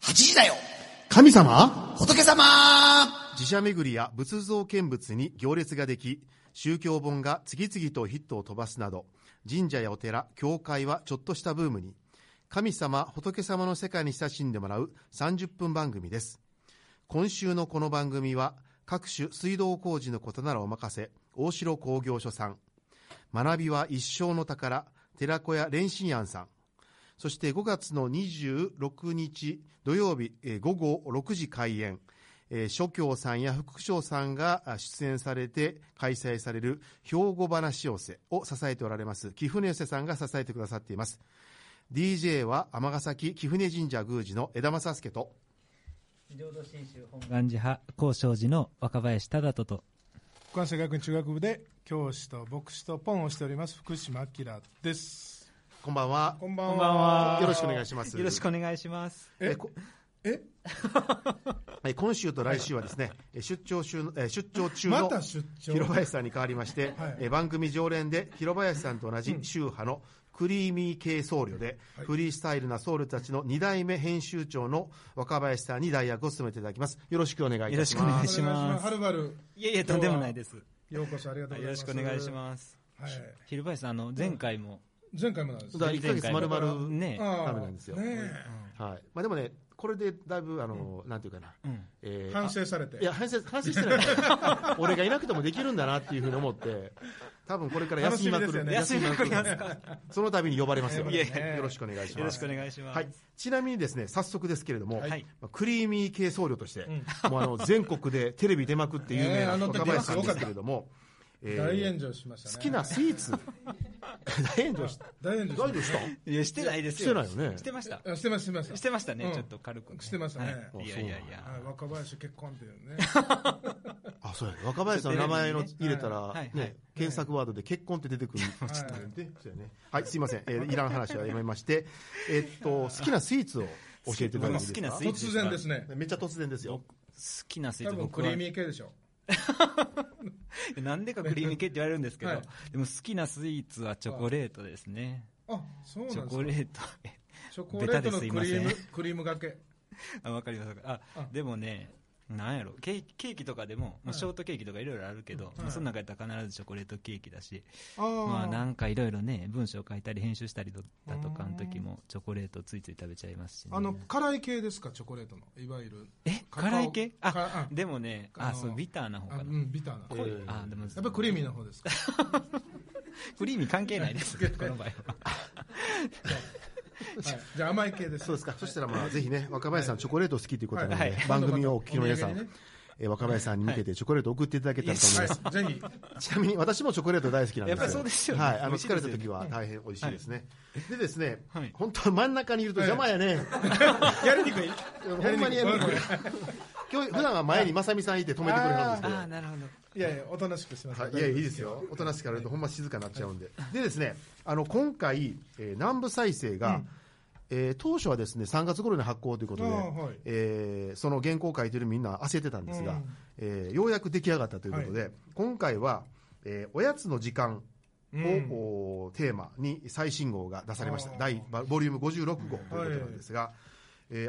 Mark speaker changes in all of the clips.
Speaker 1: 時だよ
Speaker 2: 神様
Speaker 1: 仏様
Speaker 3: 寺社巡りや仏像見物に行列ができ宗教本が次々とヒットを飛ばすなど神社やお寺教会はちょっとしたブームに神様仏様の世界に親しんでもらう30分番組です今週のこの番組は各種水道工事のことならお任せ大城工業所さん学びは一生の宝寺子屋蓮心庵さんそして5月の26日土曜日、えー午後6時開演、えー諸教さんや副将さんがあ出演されて開催される兵庫話寄せを支えておられます貴船寄せさんが支えてくださっています DJ は尼崎貴船神社宮司の枝正介と
Speaker 4: 浄土真宗本願寺派高尚寺の若林忠人と
Speaker 5: 関西学院中学部で教師と牧師とポンをしております福島明です
Speaker 3: こんばんは
Speaker 5: こんばんは
Speaker 3: よろしくお願いします
Speaker 4: よろしくお願いします
Speaker 3: えーこ
Speaker 5: え
Speaker 3: はい今週と来週はですね、えー出張中のえー出張中の
Speaker 5: また出張
Speaker 3: 広林さんに代わりまして、
Speaker 5: はい
Speaker 3: えー番組常連で広林さんと同じ宗派のクリーミー系僧侶で、フリースタイルな僧侶たちの2代目編集長の若林さんに代役を務めていただきますよろしくお願いいたし
Speaker 4: よろしくお願
Speaker 3: ま
Speaker 4: い
Speaker 3: す
Speaker 4: します
Speaker 5: はるばる
Speaker 4: いえいえとんでもないですよ
Speaker 5: ようこそありがとうござい
Speaker 4: ろ
Speaker 5: ま
Speaker 4: し
Speaker 5: す
Speaker 4: くお願いします
Speaker 5: はい
Speaker 4: 昼林さんあの前回も、
Speaker 5: 前回もなんです
Speaker 3: だから
Speaker 4: 前
Speaker 3: 1ヶ月丸
Speaker 4: 々
Speaker 3: 々、
Speaker 4: ね
Speaker 5: ああ
Speaker 3: ダメなんですよ
Speaker 5: ね
Speaker 3: はいまあ、でもねこれでだいぶあの、なんていうかな、
Speaker 4: ん
Speaker 3: えー
Speaker 5: え反省されて
Speaker 3: いや反省反省してないから俺がいなくてもできるんだなっていうふうに思って多分これから休みまくる、
Speaker 4: し
Speaker 5: 楽
Speaker 4: みですよね
Speaker 3: 休みまくるその度に呼ばれますよ、
Speaker 4: いえい
Speaker 5: え
Speaker 3: よろしくお願いし
Speaker 4: よ
Speaker 3: ま
Speaker 4: ろし
Speaker 3: す
Speaker 4: くお願いします、
Speaker 3: はい、ちなみにですね早速ですけれども、
Speaker 4: はい
Speaker 3: まあクリーミー系僧侶として、もうあの全国でテレビ出まくって有名
Speaker 5: えーあ
Speaker 3: な
Speaker 5: の
Speaker 3: 若林さんですけれども、えー
Speaker 5: 大炎上しましたね
Speaker 3: 好きなスイーツ大炎上した
Speaker 5: 大炎
Speaker 3: 大
Speaker 5: 上
Speaker 3: 炎上した
Speaker 4: いやしてないですよ
Speaker 3: してないよね
Speaker 4: してました
Speaker 5: あしてましたしてました
Speaker 4: してましたね、
Speaker 5: うん
Speaker 4: ちょっと軽く、ね、
Speaker 5: してましたね
Speaker 4: はい、いやいやいや
Speaker 5: はい若林結婚っていうね
Speaker 3: あそうや若林さんの名前の
Speaker 4: ちょっと
Speaker 3: 入れたら、
Speaker 4: はいはい
Speaker 3: ね
Speaker 4: はい
Speaker 3: 検索ワードで結婚って出てくる、
Speaker 5: い
Speaker 3: ちょっと待ってそうやねはいすいません、えーいらん話はやめましてえっと好きなスイーツを教えてもらっていいです
Speaker 4: 僕の好きな
Speaker 3: か
Speaker 4: スイー
Speaker 5: 突然ですね
Speaker 3: めっちゃ突然ですよ
Speaker 4: 僕好きなスイー
Speaker 5: 多
Speaker 4: ツ
Speaker 5: 分
Speaker 4: 僕
Speaker 5: ク
Speaker 4: は
Speaker 5: リーミー系でしょ
Speaker 4: なんでかクリーム系って言われるんですけど、
Speaker 5: はい
Speaker 4: でも好きなスイーツはチョコレートですね
Speaker 5: あそうなん
Speaker 4: チ
Speaker 5: です
Speaker 4: ョ
Speaker 5: か
Speaker 4: コレート
Speaker 5: チョコレートのクリ
Speaker 4: ベタで
Speaker 5: ーム
Speaker 4: すいま
Speaker 5: クリームがけ
Speaker 4: あわかりますわかりますあ
Speaker 5: あ
Speaker 4: でもねなんやろケーキケーキとかでも、まあ、ショートケーキとかいろいろあるけど、まあその中やったら必ずチョコレートケーキだし、
Speaker 5: ああ
Speaker 4: まあ、なんかいろいろね文章書いたり編集したりとだとかの時もチョコレートついつい食べちゃいますし、ね、
Speaker 5: あの辛い系ですかチョコレートのいわゆる
Speaker 4: え
Speaker 5: カカオ
Speaker 4: 辛い系あ
Speaker 5: かあ
Speaker 4: でもねあ
Speaker 5: あの
Speaker 4: そうビターな方
Speaker 5: あ
Speaker 4: か
Speaker 5: う
Speaker 4: なん
Speaker 5: ビターなや
Speaker 3: え
Speaker 5: っ
Speaker 3: ー
Speaker 4: あでも
Speaker 5: ぱりクリーミーの 方ですか
Speaker 4: クリーミー関係ない ですねこの場合は
Speaker 5: はいじゃあ甘い系です
Speaker 3: そうですか、そしたら、まあ、ぜひね、若林さん、チョコレート好きということなので、
Speaker 4: はい
Speaker 3: 番組をお聞きの皆さん、
Speaker 5: お土産にね
Speaker 3: えー若林さんに向けてチョコレートを送っていただけたらと思います。
Speaker 5: はいぜひ
Speaker 3: ちなみに私もチョコレート大好きなんですよ。
Speaker 4: やっぱりそうですよね
Speaker 3: はい。あ
Speaker 4: 美
Speaker 3: の、
Speaker 4: 味し
Speaker 3: 疲
Speaker 4: いで
Speaker 3: れ
Speaker 4: す
Speaker 3: た
Speaker 4: よね
Speaker 3: 時は大変美味しいですね。でですね
Speaker 4: はい、
Speaker 3: 本当は真ん中にいると邪魔やね。
Speaker 5: やり にくい
Speaker 3: ほんまにやめてくれ
Speaker 5: や
Speaker 3: 今日、普段は前にまさみさんいて止めてくれるんですけど。
Speaker 4: なるほど
Speaker 5: いやいやおとなしくします
Speaker 3: はい、いやいやいいですよ、おとなしくやると、ほんま静かになっちゃうんで、でですねあの今回、えー南部再生が、えー当初はですね3月頃に発行ということで、
Speaker 5: ああはい
Speaker 3: えーその原稿を書いてるみんな焦ってたんですが、
Speaker 5: うん
Speaker 3: えーようやく出来上がったということで、今回は、えーおやつの時間を、
Speaker 5: ん
Speaker 3: おテーマに最新号が出されました
Speaker 5: あ、あ
Speaker 3: 第ボボリューム56号ということなんですが。えー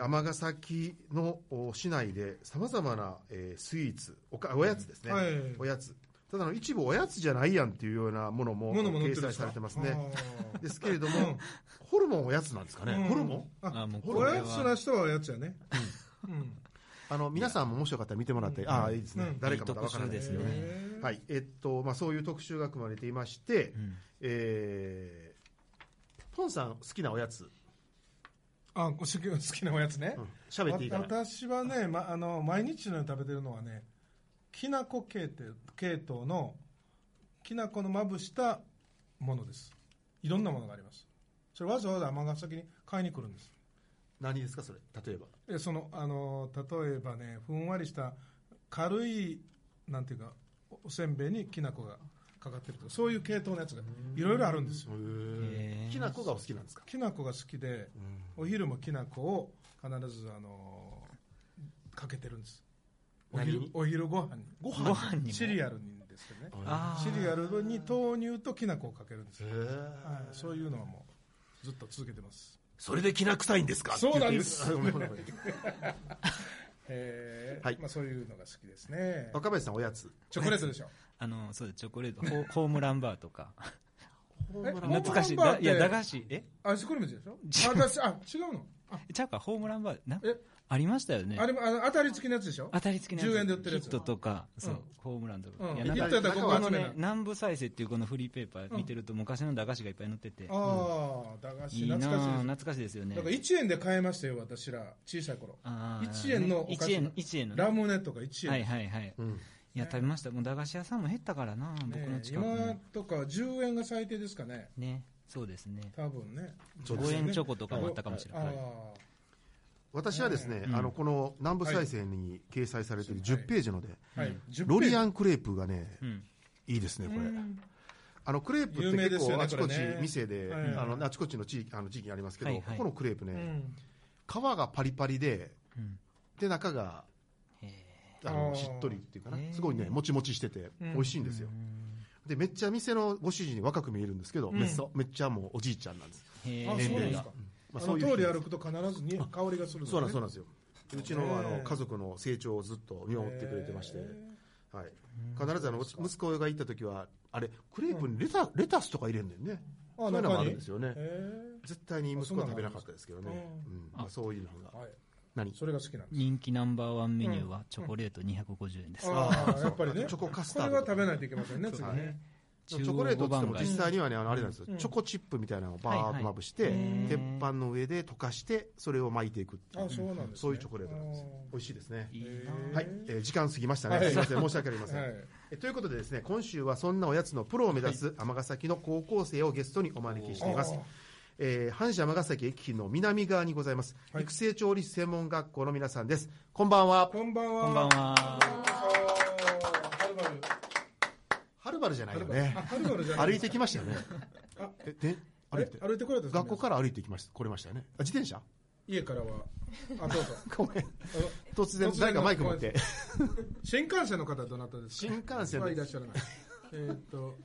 Speaker 3: 尼崎のお市内でさまざまな、えースイーツおかおやつですね、
Speaker 5: はい
Speaker 3: おやつただあの一部おやつじゃないやんっていうようなものも
Speaker 5: ものも載っ
Speaker 3: 掲
Speaker 5: てるんで
Speaker 3: 載
Speaker 5: すか
Speaker 3: されてますね
Speaker 5: あー
Speaker 3: ですけれども、ホルモンおやつなんですかね、
Speaker 5: うん
Speaker 3: ホルモン
Speaker 4: あもうこ
Speaker 5: お
Speaker 4: れ
Speaker 5: やつな
Speaker 4: は
Speaker 5: 人はおやつやねうん
Speaker 3: あの皆さんももしよかったら見てもらって、ああいいですね、
Speaker 5: うん
Speaker 3: 誰かまだわからない
Speaker 4: いい
Speaker 3: です
Speaker 4: 特
Speaker 3: けど
Speaker 4: 集ですよね
Speaker 5: へー
Speaker 3: はいえっとまあ、そういう特集が組まれていまして、
Speaker 4: ん
Speaker 3: えーポンさん好きなおやつ
Speaker 5: あご主人好きなおやつね
Speaker 3: うん喋っていいか
Speaker 5: わ
Speaker 3: な
Speaker 5: 私はねまあの毎日のように食べてるのはねきなこ系統系統のきなこのまぶしたものですいろんなものがありますそれわざわざ尼崎に買いに来るんです
Speaker 3: 何ですかそれ例えば
Speaker 5: えそのあの例えばねふんわりした軽いなんていうかおおせんべいにきな粉がかかってるとかそういう系統のやつがいろいろあるんですよ
Speaker 4: へー
Speaker 3: きなこがお好きなんですか
Speaker 5: きな粉が好きでお昼もきな粉を必ずあのかけてるんですお
Speaker 3: 何
Speaker 5: 昼
Speaker 3: に
Speaker 5: お昼ご飯に
Speaker 3: ご
Speaker 4: ご飯にも
Speaker 5: シリアルにですけどね
Speaker 4: あー
Speaker 5: シリアルに豆乳ときな粉をかけるんです
Speaker 3: へ
Speaker 5: よ、
Speaker 3: ー
Speaker 5: はい、そういうのはもうずっと続けてます
Speaker 3: それできな臭いんですかって言って
Speaker 5: そうなんです
Speaker 3: ごめん ごめんごめん
Speaker 5: えー
Speaker 3: はい
Speaker 5: まあ、そういうのが好きですね
Speaker 3: 若林さんおやつ
Speaker 5: チョコレートでしょ
Speaker 4: あのそうですチョコレートホーホームランバーとか
Speaker 5: え
Speaker 4: 懐かしい
Speaker 5: ホームランバーっ
Speaker 4: だ
Speaker 5: て
Speaker 4: いや駄菓子え
Speaker 5: アイスクリームでしょ
Speaker 4: 違
Speaker 5: あ私あ違うのあ
Speaker 4: ちゃうかホームランバーな
Speaker 5: え
Speaker 4: ありましたよね
Speaker 5: あれもあの当たり付きのやつでしょ
Speaker 4: 当たり付きのやつ
Speaker 5: 10円で売ってるやつ
Speaker 4: ヒットとか、そううんホームランとか、
Speaker 5: うん
Speaker 4: いや
Speaker 5: ヒ
Speaker 4: なんか
Speaker 5: ットやったらここ
Speaker 4: あの
Speaker 5: 集めな
Speaker 4: ね南部再生っていうこのフリーペーパー見てると、昔の駄菓子がいっぱい載ってて、
Speaker 5: ああ駄菓
Speaker 4: い
Speaker 5: 子
Speaker 4: いなあ
Speaker 5: 懐かしいです
Speaker 4: 懐かしいですよね
Speaker 5: だから1円で買えましたよ私ら小さい頃
Speaker 4: あー
Speaker 5: 一円のお菓子
Speaker 4: 一円一円のね
Speaker 5: ラムネとか1円、
Speaker 4: はいはいはい、
Speaker 3: う
Speaker 4: い
Speaker 3: ん
Speaker 4: や食べましたもう駄菓子屋さんも減ったからな、
Speaker 5: ね
Speaker 4: 僕の近くも
Speaker 5: 今とか10円が最低ですかね
Speaker 4: ねそうですね
Speaker 5: 多分ね
Speaker 3: そうです
Speaker 4: 5
Speaker 3: ね
Speaker 4: 円チョコとかもあったかもしれない、
Speaker 5: あ
Speaker 3: 私はですね、
Speaker 4: うん
Speaker 3: あのこの南部再生に掲載されている
Speaker 5: はい
Speaker 3: 10ページので、
Speaker 5: ーはい、10
Speaker 3: ロリア
Speaker 5: ン
Speaker 3: ンクレープがね、
Speaker 4: うん、
Speaker 3: いいですね、これ、
Speaker 5: うん
Speaker 3: あのクレープっ
Speaker 5: 有
Speaker 3: て
Speaker 5: 名
Speaker 3: 結
Speaker 5: です
Speaker 3: 構
Speaker 5: よね
Speaker 3: あちこち
Speaker 5: これね
Speaker 3: 店で、
Speaker 5: はい
Speaker 3: あのあちこちの地域あの地域にありますけど、
Speaker 4: はいはい
Speaker 3: ここのクレープ
Speaker 5: う
Speaker 3: ね、
Speaker 5: ん
Speaker 3: 皮がパリパリで、
Speaker 4: うん
Speaker 3: で中があ
Speaker 5: あ
Speaker 3: の
Speaker 5: ー
Speaker 3: しっとりっていうかな
Speaker 4: へ、ー
Speaker 3: すごいね、もちもちしてて、
Speaker 5: うん
Speaker 3: 美味しいんですよ、でめっちゃ店のご主人、若く見えるんですけど、
Speaker 5: うん
Speaker 3: めっちゃめっちゃもうおじいちゃんなんです、
Speaker 4: へ
Speaker 5: あ
Speaker 4: ー
Speaker 5: そうなん
Speaker 3: 齢
Speaker 5: です
Speaker 3: が
Speaker 5: か。
Speaker 3: ま
Speaker 5: あの通り歩
Speaker 3: く
Speaker 5: くと必ずに香りがする
Speaker 3: そうなんですそうな
Speaker 5: う
Speaker 3: んですよ、うちのあ
Speaker 5: へ
Speaker 3: の
Speaker 5: ー
Speaker 3: 家族の成長をずっと見守ってくれてまして、はい、必ずあの息子が行った時は、あれ、クレープにレタ,、レタスとか入れるんだよね、
Speaker 5: あ
Speaker 3: そういうのもあるんですすよね。絶対に息子は食べなかったですけどね、
Speaker 5: う
Speaker 3: うんまあ、そういうのが、
Speaker 5: はい
Speaker 3: 何
Speaker 5: それが好きなんです
Speaker 4: 人気ナンバーワンメニューはチョコレート250円です、
Speaker 5: ああ
Speaker 3: そう
Speaker 5: やっぱりね
Speaker 3: チョコカスター
Speaker 5: こ
Speaker 3: ド
Speaker 5: れは食べないといけませんね次
Speaker 3: そう
Speaker 5: ね
Speaker 3: チョコレートって言っても
Speaker 4: 中央五番街
Speaker 3: 実際にはねあのあれなんですよ、
Speaker 5: うん
Speaker 3: チョコチップみたいなのをバーッとまぶして、
Speaker 4: はいはいへー
Speaker 3: 鉄板の上で溶かしてそれを巻いていくってい
Speaker 5: あ
Speaker 3: う
Speaker 5: そうなんですね
Speaker 3: そういうチョコレートなんですよ
Speaker 5: あ
Speaker 3: 美味しいですね
Speaker 4: いいな
Speaker 5: へー
Speaker 3: はい、えー時間過ぎましたね、
Speaker 5: はい
Speaker 3: すみません申し訳ありません、
Speaker 5: はい
Speaker 3: えということでですね今週はそんなおやつのプロを目指す尼崎の高校生をゲストにお招きしています
Speaker 5: あー
Speaker 3: えー阪神尼崎駅の南側にございます、
Speaker 5: はい
Speaker 3: 育成調理師専門学校の皆さんですこんばんは
Speaker 5: こんばんは
Speaker 4: こんばんは
Speaker 5: はるばる
Speaker 3: はるばるじゃないよね
Speaker 5: あはるばるじゃない
Speaker 3: 歩いてきましたよね
Speaker 5: あ
Speaker 3: えで歩いて
Speaker 5: え歩いてこられたんです
Speaker 3: 学校から歩いてきました来れましたよねあ自転車
Speaker 5: 家からはあどうぞ
Speaker 3: ごめん
Speaker 5: あの
Speaker 3: 突然誰かマイク持って
Speaker 5: 新幹線の方どなたですか
Speaker 3: 新幹線
Speaker 5: はいい
Speaker 3: で
Speaker 5: らっ
Speaker 3: す
Speaker 5: しゃらないえーっと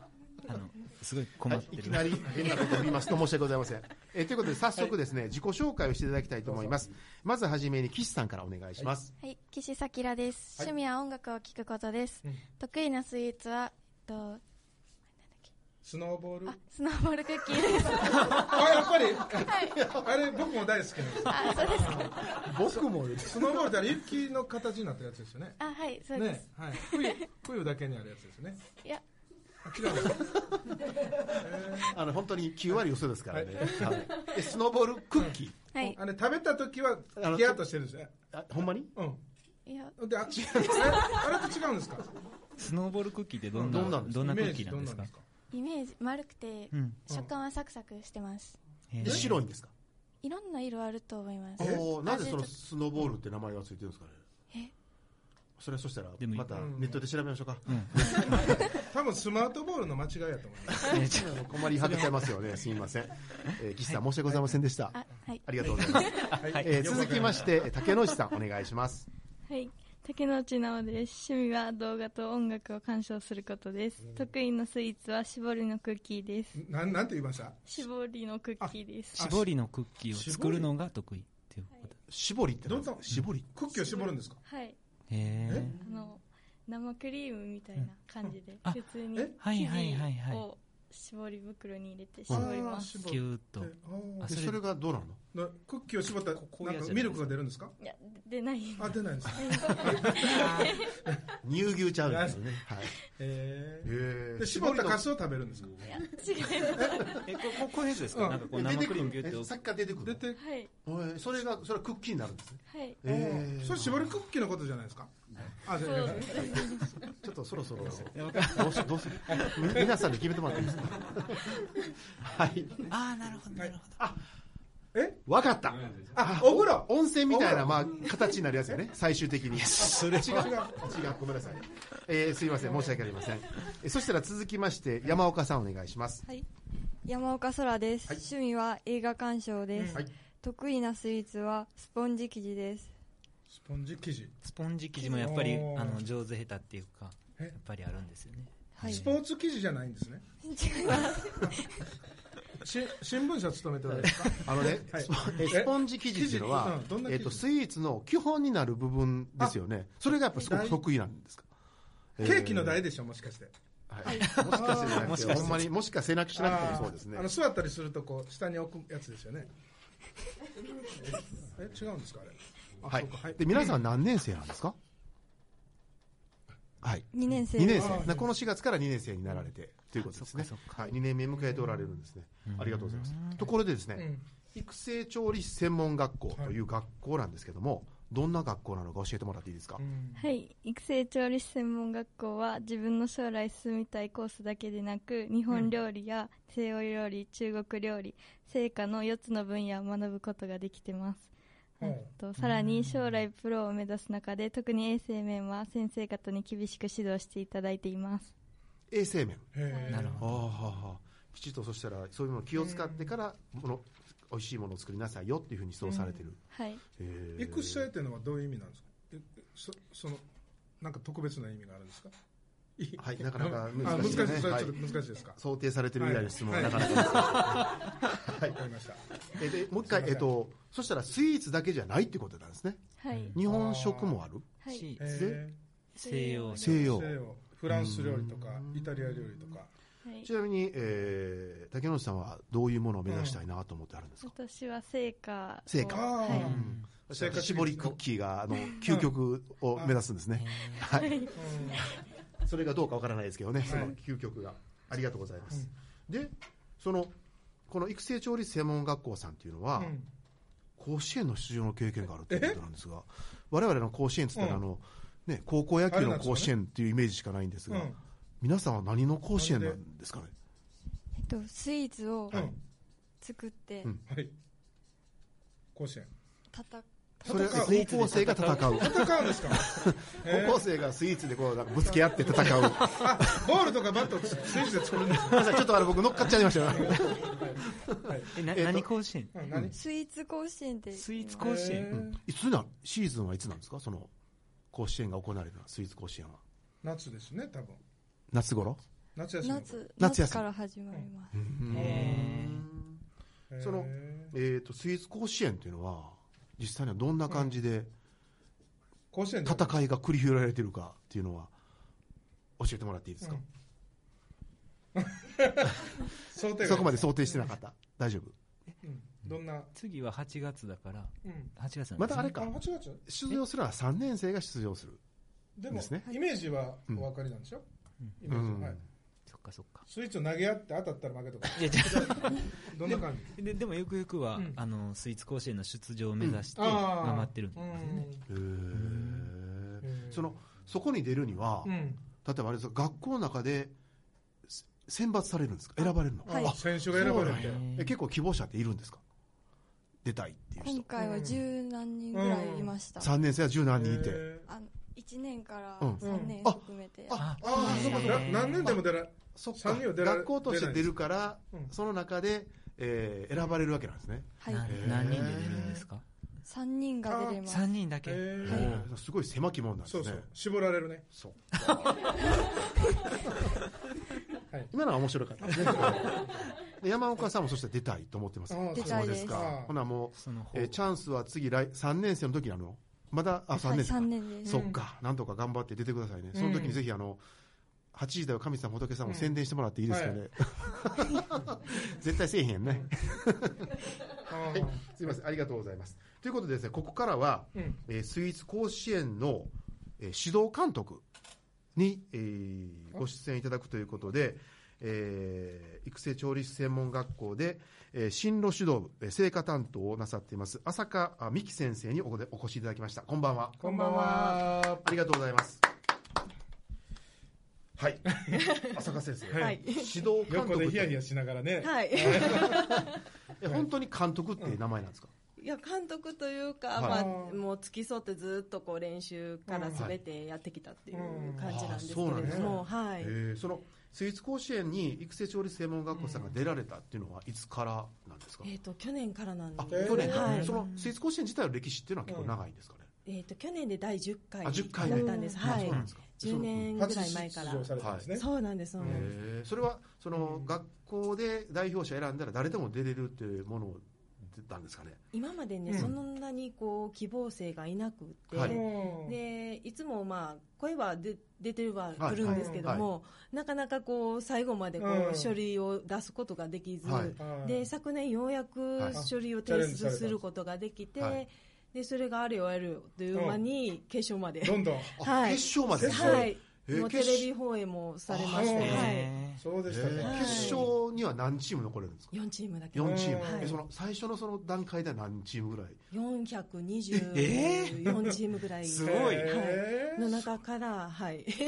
Speaker 4: あのすごい困
Speaker 3: は
Speaker 4: っ
Speaker 3: い、
Speaker 4: て
Speaker 3: いき
Speaker 4: る、
Speaker 3: なり変なことを言いますと申し訳ございません。えということで早速ですね、自己紹介をしていただきたいと思います。まずはじめに岸さんからお願いします。
Speaker 1: はい、岸さきらです。
Speaker 5: はい
Speaker 1: 趣味は音楽を聴くことです。
Speaker 5: うん
Speaker 1: 得意なスイーツは、えっと、
Speaker 5: スノーボール
Speaker 1: あ、スノーボールクッキー です。
Speaker 5: あやっぱりあれ僕も大好きなんです
Speaker 1: あ、そうですか。
Speaker 3: 僕も
Speaker 5: スノーボールってあれ雪の形になったやつですよね
Speaker 1: あ、はい、そうです。
Speaker 5: ねはい冬冬だけにあるやつですよね
Speaker 1: いや、
Speaker 5: あ違うんですか
Speaker 3: あの本当に9割嘘ですからね。はいえスノーボールクッキー。
Speaker 1: はい。
Speaker 5: あれ食べた時はヒヤッとしてるんですね
Speaker 3: あほんまに
Speaker 5: うん
Speaker 1: いや、
Speaker 5: で、あ、違うあれあれと違うんですか。
Speaker 4: スノーボールクッキーってどんな
Speaker 3: どんなんですか
Speaker 4: どんな
Speaker 5: イ
Speaker 4: ク
Speaker 5: メ
Speaker 4: ッ
Speaker 5: ー
Speaker 4: キ
Speaker 5: ジ
Speaker 4: ーな
Speaker 5: ど
Speaker 4: ん
Speaker 5: ん
Speaker 4: で
Speaker 5: な
Speaker 4: す
Speaker 5: んで
Speaker 4: か
Speaker 5: すか。
Speaker 1: イメージ丸くて、
Speaker 4: うん
Speaker 1: 食感はサクサクしてます。
Speaker 4: へー
Speaker 3: で白いんですか
Speaker 1: いろんな色あると思います。
Speaker 3: おーなぜその
Speaker 1: 味と
Speaker 3: スノーボールって名前がついてるんですかね
Speaker 1: え
Speaker 3: それはそしたら
Speaker 4: でも
Speaker 3: またネットで調べましょうか、
Speaker 5: 多分スマートボールの間違いやと思います。
Speaker 4: えちょ
Speaker 3: あの困り果てちゃいますよねすみません、えー、岸さん申し訳ございませんでした、
Speaker 1: あ、はい。
Speaker 3: ありがとうございます、
Speaker 5: は
Speaker 3: えー続きましてえー竹野内さんお願いします
Speaker 2: はい、竹野内直です。趣味は動画と音楽を鑑賞することです。得意のスイーツは絞りのクッキーです。
Speaker 5: なん、なんて言いました。
Speaker 2: 絞りのクッキーです。
Speaker 4: 絞りのクッキーを作るのが得意っていうこと
Speaker 3: 絞りって
Speaker 5: ど
Speaker 3: 何
Speaker 5: ん
Speaker 3: です
Speaker 5: な
Speaker 3: か、絞り
Speaker 5: クッキーを絞るんですか。
Speaker 2: はい、
Speaker 4: へえ
Speaker 2: あの生クリームみたいな感じで
Speaker 4: あ
Speaker 2: 普通に
Speaker 5: え
Speaker 4: は
Speaker 2: 生
Speaker 4: い
Speaker 2: 地
Speaker 4: はいはいはい
Speaker 2: を絞り袋に入れて絞ります。
Speaker 5: あー
Speaker 4: キューッと
Speaker 5: 絞ってあ
Speaker 4: あ
Speaker 3: でそれがどうなの
Speaker 5: ーなクッキーを絞ったら、
Speaker 4: こういう
Speaker 5: な
Speaker 4: や
Speaker 5: ん
Speaker 4: つ
Speaker 5: か
Speaker 4: じゃないですか
Speaker 5: ミルクが出るんですか。
Speaker 2: いや出ない。
Speaker 5: あ、出ないんですか。
Speaker 3: 乳牛ちゃうんですよね、はい
Speaker 5: ええ。
Speaker 3: え
Speaker 5: で、絞ったカスを食べるんですか。
Speaker 2: いや違います。
Speaker 4: えこここういうやつですか、
Speaker 5: うん
Speaker 4: なんかこう生クリームビュ
Speaker 3: 出
Speaker 4: ーっ
Speaker 3: く
Speaker 4: てて
Speaker 3: る
Speaker 4: 置
Speaker 3: え
Speaker 4: く
Speaker 3: さっきから出てく
Speaker 5: 出
Speaker 3: る
Speaker 5: て。
Speaker 2: はい
Speaker 3: のえーそれがそれはクッキーになるんですね
Speaker 2: はい。
Speaker 3: えー
Speaker 5: それ絞りクッキーのことじゃないですか。あ、じゃ
Speaker 2: そう
Speaker 5: あ、
Speaker 3: ちょっとそろそろどうしどうする み皆さんで決めてもらっていいです かはい
Speaker 4: ああなるほどなるほど
Speaker 5: え、
Speaker 3: わかった
Speaker 5: あ、お風呂。
Speaker 3: 温泉みたいな、まあ、形になるやつよ ね、最終的に。
Speaker 4: それ
Speaker 3: 違う、違う、ごめんなさい。えーすいません、申し訳ありません。えそしたら続きまして、山岡さんお願いします。
Speaker 6: はい、山岡空です、
Speaker 3: はい
Speaker 6: 趣味は映画鑑賞です、
Speaker 3: はい。
Speaker 6: 得意なスイーツはスポンジ生地です
Speaker 5: スポンジ生地。
Speaker 4: スポンジ生地もやっぱり
Speaker 5: おー
Speaker 4: あの上手下手っていうか
Speaker 5: え
Speaker 4: やっぱりあるんですよね
Speaker 6: はい
Speaker 5: スポーツ生地じゃないんですね。
Speaker 6: 違います
Speaker 5: し新聞社勤めておられますか
Speaker 3: あのね、
Speaker 5: はい
Speaker 3: スポえスポンジ生地っていうのは
Speaker 5: 生地うんどん、な生
Speaker 3: え
Speaker 5: 地
Speaker 3: っと、スイーツの基本になる部分ですよね。それがやっぱすごく得意なんですか。
Speaker 5: ケーキの台
Speaker 3: で。
Speaker 5: でしょもしかして
Speaker 3: はいもしかしてじゃな
Speaker 4: も
Speaker 3: く、
Speaker 4: してかして
Speaker 3: ほんまに、もしか背中しなくてもそうですね
Speaker 5: あーあ。の座ったりするとこう下に置くやつですよねえ違うんですかあれあ
Speaker 3: は
Speaker 5: そ
Speaker 3: いう
Speaker 5: かはい。
Speaker 3: で、皆さん何年生なんですかはい。
Speaker 6: 2年生
Speaker 3: 2年
Speaker 6: です。
Speaker 3: 生。なこの4月から2年生になられて、ということですね
Speaker 4: そっかそっ。か
Speaker 3: はい。2年目迎えておられるんですね。ありがとうございます。ところでですね、
Speaker 5: うん
Speaker 3: 育成調理師専門学校という学校なんですけども、どんな学校なのか教えてもらっていいですか、
Speaker 5: うん
Speaker 2: はい、育成調理師専門学校は自分の将来進みたいコースだけでなく日本料理や西洋料理、中国料理成果の4つの分野を学ぶことができてます、
Speaker 5: ほう
Speaker 2: えっとさらに将来プロを目指す中で特に衛生面は先生方に厳しく指導していただいています
Speaker 3: 衛生面
Speaker 5: へー
Speaker 4: なるほ
Speaker 3: ああはあはあきちっとそしたらそういうのを気を使ってからもの美味しいものを作りなさいよっていうふうに指導されてる、
Speaker 2: はい
Speaker 3: へえ
Speaker 5: 育成っていうのはどういう意味なんですかええそそのなんか特別な意味があるんですかい
Speaker 3: はいなかなか
Speaker 5: あ
Speaker 3: 難
Speaker 5: 難
Speaker 3: し
Speaker 5: し
Speaker 3: い
Speaker 5: い
Speaker 3: ね
Speaker 5: それ
Speaker 3: はい
Speaker 5: ちょっと難しいですか
Speaker 3: 想定されてるみたいな質問は
Speaker 5: はい
Speaker 3: なかなか難しい、
Speaker 5: はいわかりました
Speaker 3: えでもう一回
Speaker 5: すいません
Speaker 3: えっとそしたらスイーツだけじゃないってことなんですね
Speaker 2: はい
Speaker 3: 日本食もある
Speaker 2: はい
Speaker 4: し
Speaker 5: え
Speaker 4: 西洋
Speaker 3: 西洋
Speaker 5: ー西洋フランス料理とか
Speaker 3: うん
Speaker 5: イタリア料理とか
Speaker 2: はい
Speaker 3: ちなみに、えー、竹之内さんはどういうものを目指したいなと思ってあるんですか、
Speaker 2: 私は成果を
Speaker 3: 成果
Speaker 5: あ
Speaker 2: はい
Speaker 5: ー
Speaker 4: うん
Speaker 3: そして絞りクッキーがあの 究極を目指すんですね、はい、それがどうかわからないですけどね、その究極が、ありがとうございます。で、そのこの育成調理師専門学校さんっていうのは、
Speaker 5: うんうん
Speaker 3: 甲子園の出場の経験があるということなんですが、我々の甲子園って言ったら、あのね、高校野球の甲子園っていうイメージしかないんですが、
Speaker 5: うん
Speaker 3: 皆さんは何の甲子園なんですかね、
Speaker 6: えっと、スイーツを
Speaker 5: うん
Speaker 6: 作って
Speaker 3: うん
Speaker 5: はい甲子園
Speaker 6: 叩く。
Speaker 3: それは高
Speaker 5: 戦
Speaker 3: 校生が戦う、
Speaker 5: 戦うんで すかえー
Speaker 3: 高校生がスイーツでこうなんかぶつけ合って戦う。
Speaker 5: あボールとかバットスイーツで作るんです
Speaker 3: ごめんなさい、ちょっとあれ僕乗っかっちゃいましたよ。
Speaker 4: えな
Speaker 3: えっと
Speaker 4: 何甲子園
Speaker 5: うん何
Speaker 6: スイーツ甲子園って言います。
Speaker 4: スイーツ甲子園
Speaker 5: え
Speaker 3: う
Speaker 5: ー
Speaker 3: んいつな、シーズンはいつなんですかその、甲子園が行われるのはスイーツ甲子園は。
Speaker 5: 夏ですね多分
Speaker 3: 夏頃
Speaker 5: 夏休み
Speaker 6: 夏、
Speaker 3: 夏休み
Speaker 6: 夏から始まります。
Speaker 5: へー
Speaker 3: そのえっ、と、スイーツ甲子園っていうのは、実際にはどんな感じで
Speaker 5: 甲子園で
Speaker 3: 戦いが繰り広げられてるかっていうのは、教えてもらっていいですか、
Speaker 5: うん 想定外
Speaker 3: そこまで想定してなかった。大丈夫。
Speaker 5: うんどんな、
Speaker 4: 次は8月だから
Speaker 5: うん、
Speaker 4: 8月なんですね
Speaker 3: またあれ
Speaker 5: あ
Speaker 3: か
Speaker 5: 8、月
Speaker 3: 出場するのは3年生が出場する。
Speaker 5: でも
Speaker 3: ですね
Speaker 5: イメージは
Speaker 3: う
Speaker 5: お
Speaker 3: ん
Speaker 5: 分かりなんでしょ、
Speaker 4: う
Speaker 5: イメージは
Speaker 3: うん
Speaker 5: はい、
Speaker 4: そっかそっか
Speaker 5: スイーツを投げ合って当たったら負けとか
Speaker 4: いやじゃ
Speaker 5: どんな感
Speaker 4: あ
Speaker 5: じ
Speaker 4: ででもゆくゆくは、
Speaker 5: うん
Speaker 4: あのスイーツ甲子園の出場を目指して頑
Speaker 5: あー
Speaker 4: 張ってるんで
Speaker 5: う
Speaker 4: すね、
Speaker 5: ん
Speaker 3: へー
Speaker 5: うん
Speaker 3: その、そこに出るには、
Speaker 5: うん
Speaker 3: 例えばあれですか学校の中でせ選抜されるんですか選ばれるの、
Speaker 6: はい
Speaker 5: あ選手が選ばれて
Speaker 4: そうなんや
Speaker 3: え結構希望者っているんですか出たいっていう
Speaker 6: 今
Speaker 3: 人
Speaker 6: 回は十何人ぐらいいました。
Speaker 3: 3年生は十何人いて、
Speaker 5: へー
Speaker 6: あの1年から
Speaker 3: うん
Speaker 6: 3年
Speaker 3: あ
Speaker 6: 含めて、
Speaker 3: あ
Speaker 5: ああそうかな何年でも出ら
Speaker 3: そっか
Speaker 5: 三人は出られ
Speaker 3: 学校として出るから、
Speaker 5: 出ないです
Speaker 3: その中で、えー選ばれるわけなんですね、
Speaker 6: はい、
Speaker 4: な
Speaker 3: ー
Speaker 4: 何人で出るんですか
Speaker 6: 3人が出れます
Speaker 4: 3人だけ、
Speaker 5: へ
Speaker 3: へ
Speaker 5: ー
Speaker 3: ーすごい狭きもんなんです
Speaker 5: そ
Speaker 3: ね
Speaker 5: うそう絞られるね
Speaker 3: そう
Speaker 5: はい
Speaker 3: 今のは面白かった ですねで山岡さんもそして出たいと思ってます
Speaker 5: あー
Speaker 6: 出
Speaker 3: そ
Speaker 6: た
Speaker 3: う
Speaker 6: い
Speaker 3: で
Speaker 6: ですす
Speaker 3: かほなもう、
Speaker 4: その方
Speaker 3: えーチャンスは次来3年生の時なのまだあ3
Speaker 6: はい
Speaker 3: 年生か
Speaker 6: 3年です
Speaker 3: そっか、なんとか頑張って出てくださいね、
Speaker 5: うん
Speaker 3: その時にぜひあの8時台を神様、仏様を宣伝してもらっていいですかね、 絶対せえへんやんね、
Speaker 5: あ
Speaker 3: はいすみません、ありがとうございます。ということで、ですねここからは、
Speaker 5: ーうん
Speaker 3: えースイーツ甲子園の、えー指導監督に、えーご出演いただくということで、えー育成調理師専門学校で、えー進路指導部、えー成果担当をなさっています、浅香あ美希先生におこでお越しいただきました。こんばんは。
Speaker 5: こんばんは
Speaker 3: ありがとうございます。はい。浅香先生。
Speaker 5: はい
Speaker 3: 指導監
Speaker 5: 横
Speaker 3: 督
Speaker 5: で
Speaker 3: っ
Speaker 5: ヒヤヒ
Speaker 3: て
Speaker 5: ヤしながら ね
Speaker 7: はい、
Speaker 3: え本当に監督っていう名前なんですか、
Speaker 7: いや監督というか、
Speaker 3: は
Speaker 7: ま
Speaker 5: い
Speaker 7: あ、もう付き添ってずっとこう練習からすべてやってきたっていう感じなんですけれども、
Speaker 3: うん
Speaker 7: はい
Speaker 3: えーそのスイーツ甲子園に育成調理師専門学校さんが出られたっていうのはいつからなんですか、
Speaker 7: えー、と去年からなん
Speaker 3: あ
Speaker 7: で
Speaker 3: 去年、
Speaker 7: はい
Speaker 3: そのスイーツ甲子園自体の歴史っていうのは結構長いんですかね、
Speaker 7: えっと去年で第10回
Speaker 3: あ10回目
Speaker 7: だったんです、
Speaker 3: あ
Speaker 7: は
Speaker 3: そ
Speaker 7: いう
Speaker 3: なんですか
Speaker 7: 10年ぐ
Speaker 5: 初
Speaker 7: らい
Speaker 5: 出
Speaker 7: 前から
Speaker 5: 場されたんですね、
Speaker 7: そうなんですそうなんです
Speaker 3: へーそれはその学校で代表者選んだら誰でも出れるっていうものなんですかね。
Speaker 7: 今までね、
Speaker 5: うん
Speaker 7: そんなにこう希望生がいなくて、
Speaker 3: はい
Speaker 5: うん
Speaker 7: でいつもまあ声は出出てはくる
Speaker 5: は
Speaker 7: ん
Speaker 5: い
Speaker 7: ですけども、なかなかこう最後までこ
Speaker 5: うん
Speaker 7: う書類を出すことができず、
Speaker 3: はい
Speaker 5: はい
Speaker 7: で昨年ようやく
Speaker 3: はい
Speaker 7: 書類を
Speaker 5: チャ
Speaker 7: 提
Speaker 5: レンジされたん
Speaker 7: 出
Speaker 5: です
Speaker 7: することができて、
Speaker 3: はい
Speaker 7: でそれがあるよあるよという間に決勝まで、
Speaker 5: どんどん
Speaker 3: あ
Speaker 7: はい
Speaker 3: 決勝まで。
Speaker 7: はい、
Speaker 3: えー
Speaker 7: もうテ
Speaker 3: 決
Speaker 7: レビ放映もされまし
Speaker 5: あ
Speaker 7: て、
Speaker 5: ー
Speaker 7: はい、
Speaker 5: そうでした
Speaker 3: え
Speaker 5: か、
Speaker 3: ー
Speaker 7: はい
Speaker 3: 決勝には何チーム残れるんですか。
Speaker 7: 4チームだけ
Speaker 3: 四チー
Speaker 5: うん
Speaker 3: ム。
Speaker 7: はい
Speaker 3: えその最初のその段階では何チームぐらい。
Speaker 4: え
Speaker 7: 424チームぐらい
Speaker 4: すごい
Speaker 5: へー
Speaker 7: の中から、はい、
Speaker 3: すご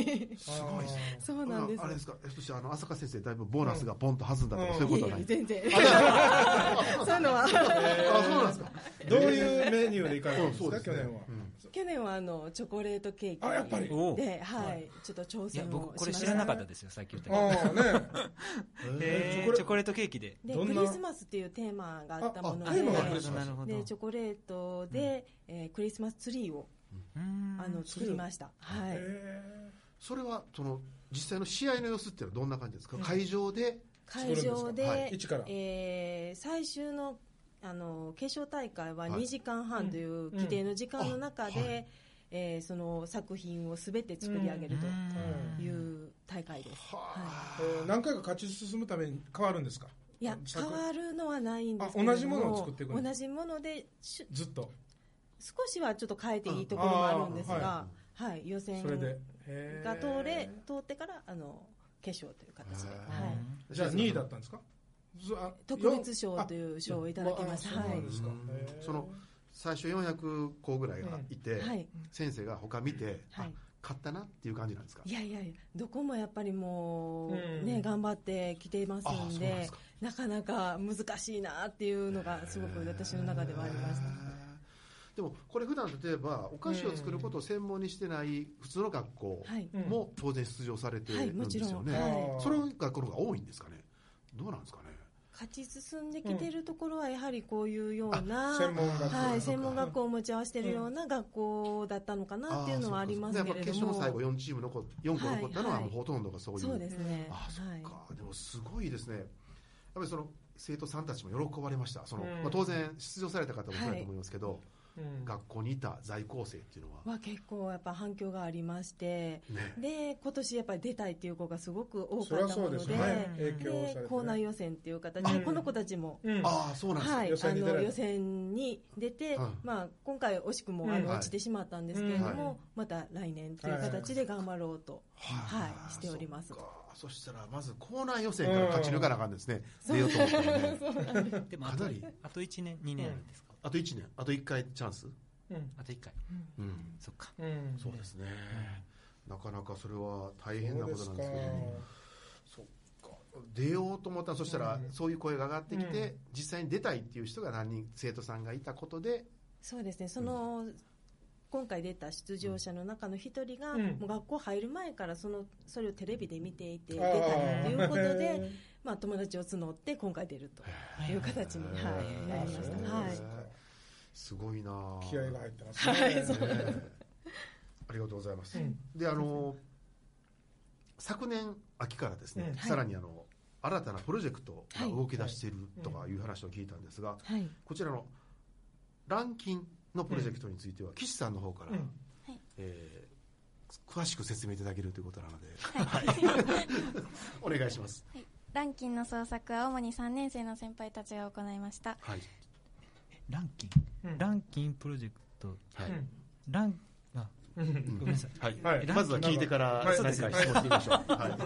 Speaker 3: いですね。
Speaker 7: そうなんです
Speaker 3: あれですか。えそしてあの浅香先生だいぶボーナスがボンと弾んだとか
Speaker 5: う
Speaker 3: そ
Speaker 5: ん
Speaker 3: ういうこと
Speaker 7: い
Speaker 3: はな
Speaker 7: や
Speaker 3: い
Speaker 7: や
Speaker 3: い。
Speaker 7: 全然
Speaker 3: あ
Speaker 7: そういうのは
Speaker 3: あそうなんですか。
Speaker 5: どういうメニューで行かれたん
Speaker 3: うん
Speaker 5: です
Speaker 3: そう
Speaker 5: か、
Speaker 3: です
Speaker 5: 去
Speaker 3: ね
Speaker 5: 年は。
Speaker 3: うん
Speaker 7: 去年はあのチョコレートケーキ
Speaker 5: あやっぱり
Speaker 4: おう
Speaker 7: で、はい
Speaker 5: はい
Speaker 7: ちょっと挑
Speaker 4: いや
Speaker 7: 戦を
Speaker 4: 僕これ
Speaker 7: し
Speaker 4: 知
Speaker 7: まし
Speaker 4: ら
Speaker 7: た
Speaker 4: なかったですよさっき言ったけど
Speaker 5: ああね、
Speaker 4: へ
Speaker 5: チョコレ
Speaker 4: ーチョコレートケーキで
Speaker 7: で
Speaker 5: どん
Speaker 7: ク
Speaker 5: な
Speaker 7: リスマスっていうテーマがあったも
Speaker 5: あ
Speaker 7: の
Speaker 5: テ
Speaker 7: で
Speaker 5: ーマが
Speaker 4: な
Speaker 5: ク
Speaker 4: るほ
Speaker 5: リス
Speaker 4: ど
Speaker 5: マ
Speaker 4: な
Speaker 5: ス
Speaker 4: るほど
Speaker 7: でチョコレートで、えークリスマスツリーを
Speaker 4: うん
Speaker 7: あの作りました、はい、
Speaker 5: へ
Speaker 3: それはその実際の試合の様子っていうのはどんな感じですか。会場で。
Speaker 5: 作るん
Speaker 7: 会
Speaker 5: ですか
Speaker 7: 場で、
Speaker 3: はい
Speaker 5: ー一から。
Speaker 7: えー最終のあの決勝大会は
Speaker 3: はい
Speaker 7: 2時間半という規定の時間の中で、
Speaker 3: うんうんあは
Speaker 7: えーその作品を全て作り上げるとい
Speaker 4: うん
Speaker 7: う大会です、
Speaker 5: えー何回か勝ち進むために変わるんですか、
Speaker 7: いや
Speaker 5: 作
Speaker 7: 変わるのはないんですけれ
Speaker 5: あ
Speaker 7: ども
Speaker 5: 同じものを作っていくんです
Speaker 7: 同じものでしゅ
Speaker 5: ずっと、
Speaker 7: 少しはちょっと変えていいところもあるんですが、はい予選
Speaker 5: それで。
Speaker 7: が
Speaker 5: へ
Speaker 7: 通れ
Speaker 5: ー
Speaker 7: 通ってからあの決勝という形で、
Speaker 3: へー
Speaker 7: はい、
Speaker 5: じゃあ2位だったんですかずあ
Speaker 7: 特別賞
Speaker 5: あ
Speaker 7: という賞をいただきました、
Speaker 5: あそう
Speaker 7: は
Speaker 5: ないんですか
Speaker 3: は
Speaker 5: へ
Speaker 3: い
Speaker 5: ー
Speaker 3: その最初400校ぐらいがいて、
Speaker 7: はい
Speaker 3: 先生が他見て、あ
Speaker 7: はい
Speaker 3: 勝ったなっていう感じなんですか
Speaker 7: いやいやいや、どこもやっぱりもう、
Speaker 5: うん
Speaker 7: ね、頑張ってきています
Speaker 3: ああそ
Speaker 7: ん
Speaker 3: うなん
Speaker 7: で
Speaker 3: ですか
Speaker 7: なかなか難しいなっていうのが、すごく私の中ではありました。
Speaker 3: でもこれ普段例えばお菓子を作ることを専門にしてない普通の学校
Speaker 7: はい、
Speaker 5: うん
Speaker 3: も当然出場されて
Speaker 7: はい
Speaker 3: るん
Speaker 7: も
Speaker 3: です
Speaker 7: ちろん
Speaker 3: よね、
Speaker 7: はい
Speaker 3: それがこのが多いんですかねどうなんですかね
Speaker 7: 勝ち進んできてるところは、やはりこういうような、
Speaker 5: 専門学校
Speaker 7: はい、
Speaker 3: そうか
Speaker 7: 専門学校を持ち合わせてるような学校だったのかなっていうのはありますけ
Speaker 3: やっぱ
Speaker 7: れど
Speaker 3: 決勝
Speaker 7: も、
Speaker 3: の最後4チーム残っ4校残ったのは
Speaker 7: はい
Speaker 3: もう
Speaker 7: はい
Speaker 3: ほとんどがそういう、
Speaker 7: そうですね、
Speaker 3: あそっ
Speaker 7: はい
Speaker 3: か、でもすごいですね、やっぱりその生徒さんたちも喜ばれました、その
Speaker 5: うん
Speaker 3: まあ、当然、出場された方もそうだと思いますけど、
Speaker 5: うん
Speaker 3: 学校にいた在校生っていうのは、
Speaker 7: は結構やっぱ反響がありまして、
Speaker 3: ね、
Speaker 7: で今年やっぱり出たいっていう子がすごく多
Speaker 5: そ
Speaker 7: か
Speaker 5: りゃ
Speaker 7: った
Speaker 5: そ
Speaker 7: も
Speaker 5: うです
Speaker 7: の
Speaker 5: よね、
Speaker 4: で
Speaker 5: 影響されて
Speaker 7: で
Speaker 5: ね、
Speaker 7: 校内予選っていう形で、
Speaker 5: うん
Speaker 7: この子たちも
Speaker 5: うん
Speaker 3: ああ、そうなんですか、
Speaker 7: はい、
Speaker 5: 予選
Speaker 7: あ
Speaker 5: に出られ
Speaker 7: の
Speaker 5: た
Speaker 7: 予選に出て、
Speaker 3: うん
Speaker 7: まあ、今回、惜しくも
Speaker 5: うん
Speaker 7: あの
Speaker 3: はい
Speaker 7: 落ちてしまったんですけれども、
Speaker 3: うん
Speaker 7: また来年という形で頑張ろうと、
Speaker 3: は
Speaker 7: はいしております
Speaker 3: そっかそしたら、まず校内予選から勝ち抜かなあかんですね、
Speaker 7: そう
Speaker 3: 出ようと思ったらね、
Speaker 4: でもあと
Speaker 3: かなり
Speaker 4: あと1年2年ですか
Speaker 3: あと1年、あと1回チャンス、
Speaker 5: うん
Speaker 4: あと1回
Speaker 3: うん、
Speaker 4: そっか
Speaker 5: うん
Speaker 3: そうですね、なかなかそれは大変なことなんですけども。そっか出ようと思ったらそしたら
Speaker 5: うん
Speaker 3: そういう声が上がってきて、
Speaker 5: うん
Speaker 3: 実際に出たいっていう人が何人生徒さんがいたことで
Speaker 7: そうですねその、今回出た出場者の中の一人が、
Speaker 5: うん
Speaker 7: もう学校入る前からそのそれをテレビで見ていて
Speaker 5: 出
Speaker 7: 出たいということ
Speaker 5: へ
Speaker 7: で、
Speaker 5: ー
Speaker 7: まあ、友達を募って今回出るという形に、
Speaker 3: へ
Speaker 7: はい、なりまし
Speaker 5: そう
Speaker 7: た。は
Speaker 5: です
Speaker 7: い
Speaker 5: か
Speaker 3: すごいなあ
Speaker 5: 気合が入ってますね。
Speaker 3: ね ありがとうございます、
Speaker 5: うん
Speaker 3: であの昨年秋からですね、
Speaker 5: うん
Speaker 7: はい
Speaker 3: さらにあの新たなプロジェクトが
Speaker 7: はい
Speaker 3: 動き出しているとかいう話を聞いたんですが、
Speaker 7: はい
Speaker 3: こちらのランキンのプロジェクトについては、岸さんの方から、
Speaker 5: うん
Speaker 3: えー詳しく説明いただけるということなので、はい お願いします。
Speaker 1: ランキンの創作は主に3年生の先輩たちが行いました
Speaker 3: はい、
Speaker 4: ランキン
Speaker 5: うん
Speaker 4: ランキンプロジェクト
Speaker 3: はい
Speaker 4: ランあ
Speaker 5: うん
Speaker 4: ごめんなさい
Speaker 3: はい
Speaker 5: はい
Speaker 3: まずは聞いてから
Speaker 5: はい
Speaker 3: 何か質問してみましょう。はい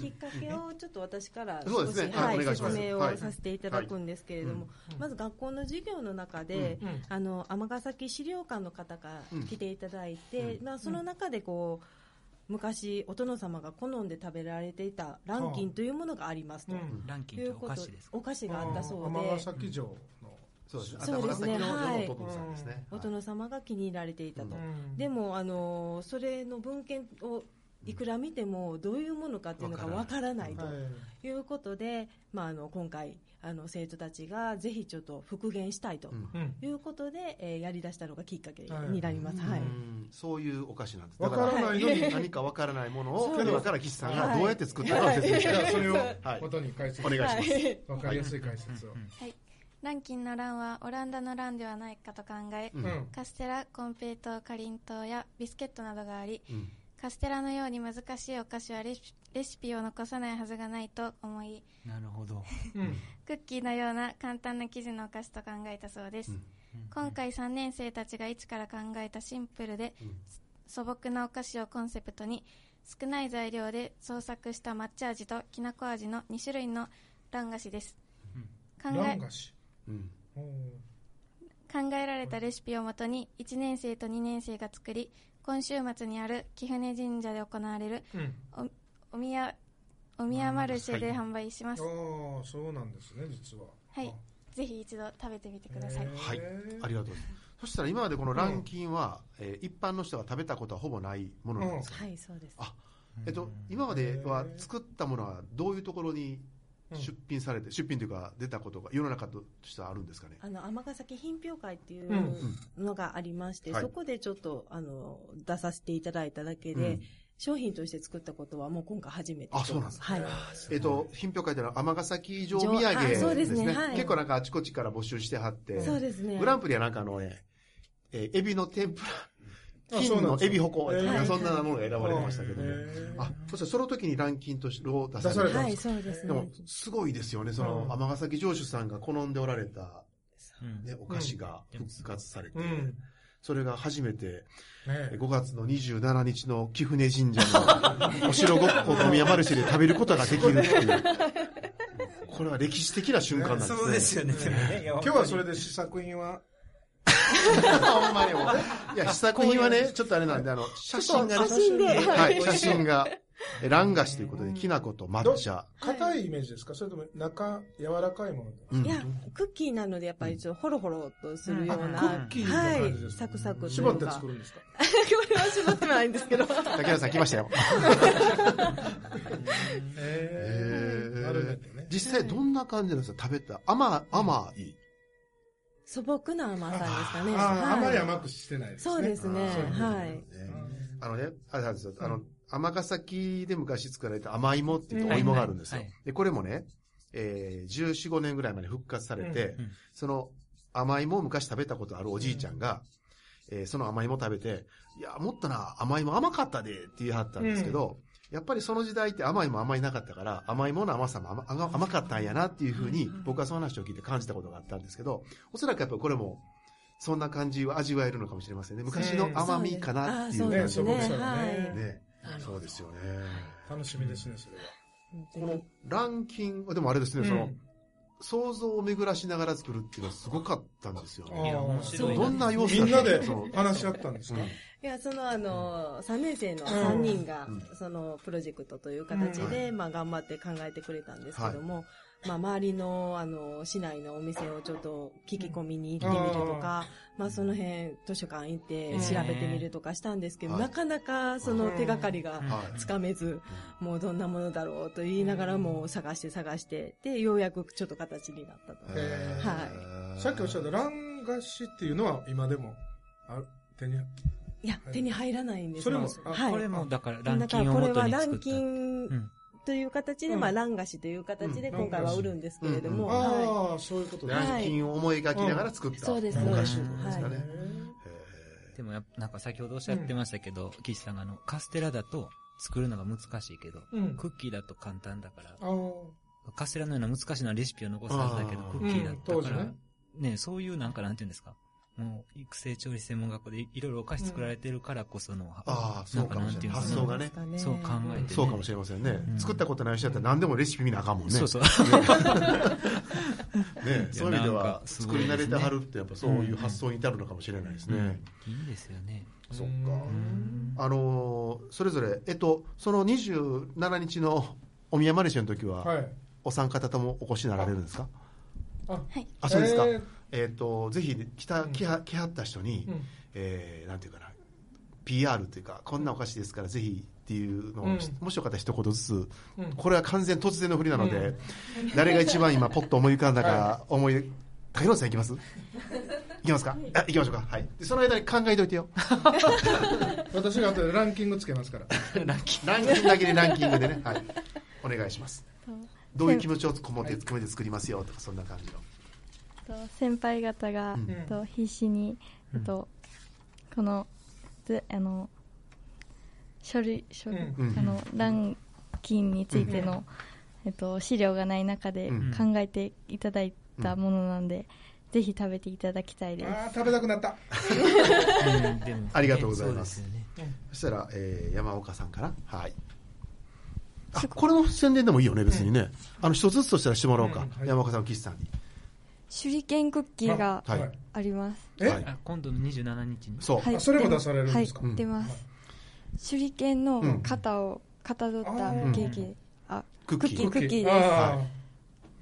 Speaker 7: きっかけをちょっと私から
Speaker 3: そう
Speaker 7: 少
Speaker 3: で
Speaker 7: し、
Speaker 3: すねはい
Speaker 7: は
Speaker 3: お
Speaker 7: い、
Speaker 3: 願いします
Speaker 7: 説明をさせていただくんですけれども、
Speaker 5: うん
Speaker 7: まず学校の授業の中で、
Speaker 5: うんうん
Speaker 7: あの尼崎資料館の方が来ていただいて、
Speaker 3: う
Speaker 7: まあ、その中でこう昔お殿様が好んで食べられていたランキンというものがありますと、
Speaker 5: うん
Speaker 4: ランキンっ
Speaker 7: い
Speaker 4: て
Speaker 7: う
Speaker 4: お
Speaker 7: こと
Speaker 4: 菓子ですか
Speaker 7: お菓子があったそう
Speaker 5: 尼
Speaker 7: で
Speaker 5: 崎城の。
Speaker 3: そうですね。
Speaker 7: そうです
Speaker 3: 頭
Speaker 7: ね
Speaker 3: の先
Speaker 7: はい
Speaker 3: のお父さんですね。
Speaker 7: お殿様が気に入られていたと、
Speaker 3: う
Speaker 7: でもあのそれの文献をいくら見てもどういうものかっていうのがわからないと
Speaker 5: はい
Speaker 7: いうことで、まあ、あの今回あの生徒たちがぜひちょっと復元したいと
Speaker 3: うん
Speaker 5: うん
Speaker 7: いうことで、えーやり出したのがきっかけ
Speaker 5: はい
Speaker 7: になります、は
Speaker 3: う
Speaker 7: い
Speaker 3: んそういうお菓子なんです。
Speaker 5: わからないのに
Speaker 3: 何かわからないものを
Speaker 7: そう
Speaker 3: 今から岸さんが
Speaker 7: はい
Speaker 3: どうやって作ったかを説明し
Speaker 8: じ
Speaker 3: て
Speaker 8: ゃあそれを
Speaker 3: はい
Speaker 8: 元に解説
Speaker 3: お願いします。
Speaker 7: はい
Speaker 8: わかりやすい解説を。
Speaker 1: ランキンのランはオランダのランではないかと考え、
Speaker 3: うん
Speaker 5: うん
Speaker 1: カステラ、コンペイトー、かりんとうやビスケットなどがあり、
Speaker 3: うん
Speaker 1: カステラのように難しいお菓子はレシピレシピを残さないはずがないと思い、
Speaker 4: なるほど。
Speaker 5: うん
Speaker 1: クッキーのような簡単な生地のお菓子と考えたそうです、
Speaker 3: うん
Speaker 1: 今回3年生たちが一から考えたシンプルで
Speaker 3: うん
Speaker 1: 素朴なお菓子をコンセプトに少ない材料で創作した抹茶味ときなこ味の2種類のラン菓子です、考
Speaker 5: ラ
Speaker 1: え
Speaker 5: ン菓子
Speaker 3: うん
Speaker 5: おー
Speaker 1: 考えられたレシピをもとに1年生と2年生が作り今週末にある貴船神社で行われる
Speaker 5: うん
Speaker 1: お宮お宮マルシェで
Speaker 4: はい
Speaker 1: 販売します、
Speaker 5: ああそうなんですね実は
Speaker 1: はいぜひ一度食べてみてください、
Speaker 3: はいありがとうございます。そしたら今までこのランキンは、えー一般の人が食べたことはほぼないものなんですか、
Speaker 7: はいそうです
Speaker 3: あえっと、今までは作ったものはどういうところに
Speaker 5: うん
Speaker 3: 出品されて、出品というか出たことが世の中としてはあるんですかね。
Speaker 7: あの尼崎品評会ってい
Speaker 5: うん
Speaker 7: うのがありまして、
Speaker 3: はい
Speaker 7: そこでちょっとあの出させていただいただけで、
Speaker 3: うん
Speaker 7: 商品として作ったことはもう今回初めて
Speaker 3: あそうなんです
Speaker 7: はい、
Speaker 3: えっと、品評会というのは尼崎城土産
Speaker 7: あそう
Speaker 3: で
Speaker 7: ですす
Speaker 3: ね
Speaker 7: ねはい
Speaker 3: 結構なんかあちこちから募集してはって、
Speaker 7: そうですね
Speaker 3: グランプリはなんかあのね、えーエビの天ぷら、
Speaker 5: あそ
Speaker 3: 金
Speaker 5: うなん
Speaker 3: の
Speaker 5: ですよ
Speaker 3: エビホコ、
Speaker 5: えー
Speaker 3: そんなものが選ばれてましたけどね。
Speaker 5: えー
Speaker 3: あ、そしてその時にランキングとしてを出されたんです
Speaker 5: 出
Speaker 3: か
Speaker 5: され
Speaker 7: はいそうです
Speaker 3: で
Speaker 7: ね
Speaker 3: も、すごいですよね。その、
Speaker 5: うん
Speaker 3: 尼崎城主さんが好んでおられた、
Speaker 4: うん
Speaker 3: ね、お菓子が復活されて、
Speaker 5: うん
Speaker 3: それが初めて、
Speaker 5: ね
Speaker 3: 5月の27日の貴船神社の お城ごっこ宮マルシェで食べることができるっていう、これは歴史的な瞬間なんですね。
Speaker 4: そうですよね、でもね。
Speaker 5: 今日はそれで試作品は
Speaker 3: ほんまにもういや、試作品はね、ちょっとあれなんで、あの、写真がね、
Speaker 7: 写真で
Speaker 3: はい、写真が、えラン菓子ということで、きな粉と抹茶。
Speaker 5: 硬いイメージですかそれとも中柔らかいもの
Speaker 3: うん
Speaker 7: いや、クッキーなのでやっぱりちょっとホロホロとするような、
Speaker 5: あクッキーみたいな感じです
Speaker 7: はい、サクサクという
Speaker 5: 絞
Speaker 7: か
Speaker 5: って作るんですか
Speaker 7: これは 絞ってないんです けど
Speaker 3: 竹原さん来ましたよ。
Speaker 5: え
Speaker 3: へー
Speaker 5: 丸めてね
Speaker 3: 実際どんな感じなんですか食べた。甘、甘い。
Speaker 7: 素朴な甘さですかね
Speaker 5: あーあまり
Speaker 7: はい、
Speaker 5: 甘くしてないですね
Speaker 7: そうですね
Speaker 3: そういうこと
Speaker 7: は
Speaker 3: ね
Speaker 7: い
Speaker 3: あのね、あれなんですよ。あ
Speaker 5: う
Speaker 3: の、尼崎で昔作られた甘芋っていうお
Speaker 4: はい
Speaker 3: 芋があるんですよ
Speaker 4: はいはい。
Speaker 3: で、これもね、えー、14、5年ぐらいまで復活されて
Speaker 4: うんうん、
Speaker 3: その甘芋を昔食べたことあるおじいちゃんが、えーその甘芋食べて、いや、もっとな、甘芋甘かったでって言い張ったんですけど、やっぱりその時代って甘いも甘いなかったから、甘いもの甘さも甘甘甘かったんやなっていうふうに、僕はその話を聞いて感じたことがあったんですけど、おそらくやっぱりこれも、そんな感じを味わえるのかもしれませんね。昔の甘みかなっていう
Speaker 7: そう
Speaker 3: ね
Speaker 7: で
Speaker 5: ね
Speaker 7: す
Speaker 5: 素
Speaker 7: ね
Speaker 5: 朴さ
Speaker 7: は
Speaker 5: が
Speaker 7: い
Speaker 5: ね
Speaker 3: ね。そうですよね。
Speaker 5: 楽しみですねそれは
Speaker 3: このランキング、でもあれですね、その、想像を巡らしながら作るっていうのはすごかったんですよ
Speaker 5: うん
Speaker 4: い
Speaker 3: ね。
Speaker 4: や面白い
Speaker 3: どんな様子
Speaker 5: みんなで
Speaker 3: そう
Speaker 5: 話し合ったんです
Speaker 3: う
Speaker 5: か
Speaker 3: ん
Speaker 7: いや、そのあの、3年生の
Speaker 5: うん
Speaker 7: 3人が
Speaker 3: うん、
Speaker 7: そのプロジェクトという形
Speaker 3: うんは
Speaker 7: で、まあ頑張って考えてくれたんですけども、まあ周りのあの、市内のお店をちょっと聞き込みに行ってみるとか、まあその辺図書館行って
Speaker 4: うん
Speaker 7: 調べてみるとかしたんですけど、
Speaker 3: はい
Speaker 7: なかなかその手がかりが
Speaker 3: はい
Speaker 7: つかめず、もうどんなものだろうと言いながらも探して探して、で、ようやくちょっと形になったと。
Speaker 5: え
Speaker 3: は
Speaker 5: さっきおっしゃったラン菓子っていうのは今でもある手に
Speaker 7: いや、手に入らないんですよ
Speaker 5: それもあ
Speaker 7: はい。
Speaker 4: これも、だからラ
Speaker 7: だ
Speaker 4: ン
Speaker 7: か
Speaker 4: キン
Speaker 7: ら
Speaker 4: グを
Speaker 7: これ
Speaker 4: 元
Speaker 7: は
Speaker 4: に
Speaker 7: ラ
Speaker 4: 作
Speaker 7: ン
Speaker 4: った。
Speaker 7: キン
Speaker 4: うん
Speaker 7: という形で、
Speaker 5: うん
Speaker 7: まあ、ラン菓子という形で
Speaker 3: うん
Speaker 7: 今回は売るんですけれども、
Speaker 3: うん
Speaker 7: は
Speaker 5: ああそういうことね
Speaker 3: ランキンを思い描きながら作っ
Speaker 7: い、
Speaker 3: た
Speaker 7: そう
Speaker 3: お菓子
Speaker 7: で
Speaker 3: ですす
Speaker 7: そうです
Speaker 3: か
Speaker 7: は
Speaker 3: ね
Speaker 7: い。
Speaker 4: でもやっぱなんか先ほどおっしゃってましたけど、岸さんがあの、カステラだと作るのが難しいけど、
Speaker 5: うん
Speaker 4: クッキーだと簡単だから、
Speaker 5: あー
Speaker 4: カステラのような難しいのはレシピを残すはずだけど
Speaker 3: あ、ー
Speaker 4: クッキーだ
Speaker 5: うん
Speaker 4: っ
Speaker 5: 当
Speaker 4: た
Speaker 5: 時
Speaker 4: から、
Speaker 5: ね
Speaker 4: ねそういうなんかなんていうんですか、もう育成調理師専門学校でいいろいろお菓子作られてるからこその、
Speaker 3: ああ、そうかもしれない。
Speaker 4: なんかな
Speaker 3: 発
Speaker 4: んて
Speaker 3: 想
Speaker 4: いうん
Speaker 3: が
Speaker 4: で
Speaker 3: ね
Speaker 7: です。
Speaker 4: そ
Speaker 7: かね
Speaker 4: う考えて、ね、
Speaker 3: そうかもしれませんね
Speaker 4: う。ん
Speaker 3: 作ったことない人だったら何でもレシピ見なあかんもんね。
Speaker 4: そうそう。
Speaker 3: ね、そういう意味では、
Speaker 4: すご
Speaker 3: 作
Speaker 4: い
Speaker 3: り
Speaker 4: ですね
Speaker 3: 慣れてはるって、やっぱそういう発想に至るのかもしれないですね。
Speaker 4: いいですよね。
Speaker 3: そっか
Speaker 5: うん
Speaker 3: あのーそれぞれ、えっと、その27日のお宮マレーシェの時は、
Speaker 5: はい
Speaker 3: お三方ともお越しになられるんですか
Speaker 5: あ
Speaker 1: はい
Speaker 3: あ、そうですか。
Speaker 5: え
Speaker 3: えっと、ぜひ、来た、
Speaker 5: うん
Speaker 3: 来は、来はった人に、
Speaker 5: ーうん
Speaker 3: えーなんていうかな、 PR というか、こんなお菓子ですからぜひっていうのを、
Speaker 5: うん
Speaker 3: もしよかったら一言ずつ、
Speaker 5: うん
Speaker 3: これは完全突然の振りなので、
Speaker 5: うん
Speaker 3: 誰が一番 今ポッと思い浮かんだ
Speaker 5: は
Speaker 3: か思い、竹野内さんいきますいきますかあ、いきましょうか。はい。でその間に考えといてよ。
Speaker 5: 私が後でランキングつけますか ら。
Speaker 3: ランキング。だけでランキングでね。はい。お願いします。どういう気持ちをこもって、込めて作りますよとか、そんな感じの。
Speaker 2: と先輩方が、
Speaker 3: うん
Speaker 2: えっと必死に、えっとこのずあの書類書類、
Speaker 3: うん
Speaker 2: あのランキンについての、えっと資料がない中で
Speaker 3: うん
Speaker 2: 考えていただいたものなんで、ぜひ食べていただきたいです。
Speaker 5: ああ、食べたくなった。
Speaker 4: うんでもね
Speaker 3: ありがとうございます
Speaker 4: そうでよね
Speaker 3: そしたら、えー山岡さんから。はい。あ、これの宣伝でもいいよね、別にね。あの、一つずつとしたらしてもらおうか。
Speaker 5: うんはい
Speaker 3: 山岡さん、岸さんに。
Speaker 6: 手裏剣クッキーが
Speaker 3: はい
Speaker 5: はい
Speaker 6: あります。
Speaker 5: え、
Speaker 3: はい
Speaker 4: あ今度の27日に
Speaker 3: そう。
Speaker 6: はい
Speaker 5: あそれも出されるんですか
Speaker 6: はい、出ます。手裏剣の型をかたどったケーキ、あ、
Speaker 3: クッ
Speaker 6: ク
Speaker 3: キ
Speaker 6: ッ
Speaker 3: ー
Speaker 6: キ。ー、クッキーです。
Speaker 5: あ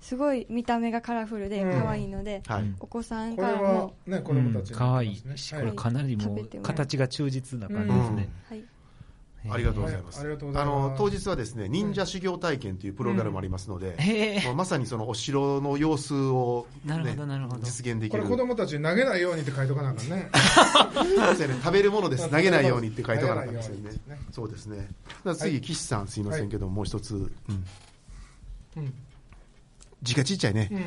Speaker 6: すごい見た目がカラフルで
Speaker 5: うん
Speaker 6: 可愛いので、
Speaker 3: はい。
Speaker 6: お子さ
Speaker 5: ー
Speaker 6: ん
Speaker 5: こ
Speaker 6: か
Speaker 5: れ
Speaker 6: ら
Speaker 5: は
Speaker 6: も、
Speaker 5: ね、子供たちに
Speaker 4: 可愛
Speaker 5: で
Speaker 4: い
Speaker 5: すね
Speaker 4: し、
Speaker 5: は
Speaker 4: これかなりも
Speaker 6: 食べて
Speaker 4: う
Speaker 6: も
Speaker 4: 形が忠実な感じですね、
Speaker 6: はい、
Speaker 4: へー
Speaker 3: ありがとうございます。
Speaker 5: はいありがとうございます
Speaker 3: の、当日はですね、忍者修行体験というプログラムもありますので、
Speaker 4: へえ
Speaker 3: まあまさにそのお城の様子を、ね、
Speaker 4: なるほどなるほど
Speaker 3: 実現でき
Speaker 5: こ
Speaker 3: る
Speaker 5: れ子供たちに投げないようにって書いとかなあかんね。
Speaker 3: そうやね食べるものです投げないようにって書いておかなかったですよ
Speaker 5: 投げな
Speaker 3: ね
Speaker 5: いようにね
Speaker 3: そうですねだから次岸さんすいませんけどもう一つ、うん
Speaker 5: うん。
Speaker 3: 字がちっちゃいね、
Speaker 5: うん。
Speaker 1: え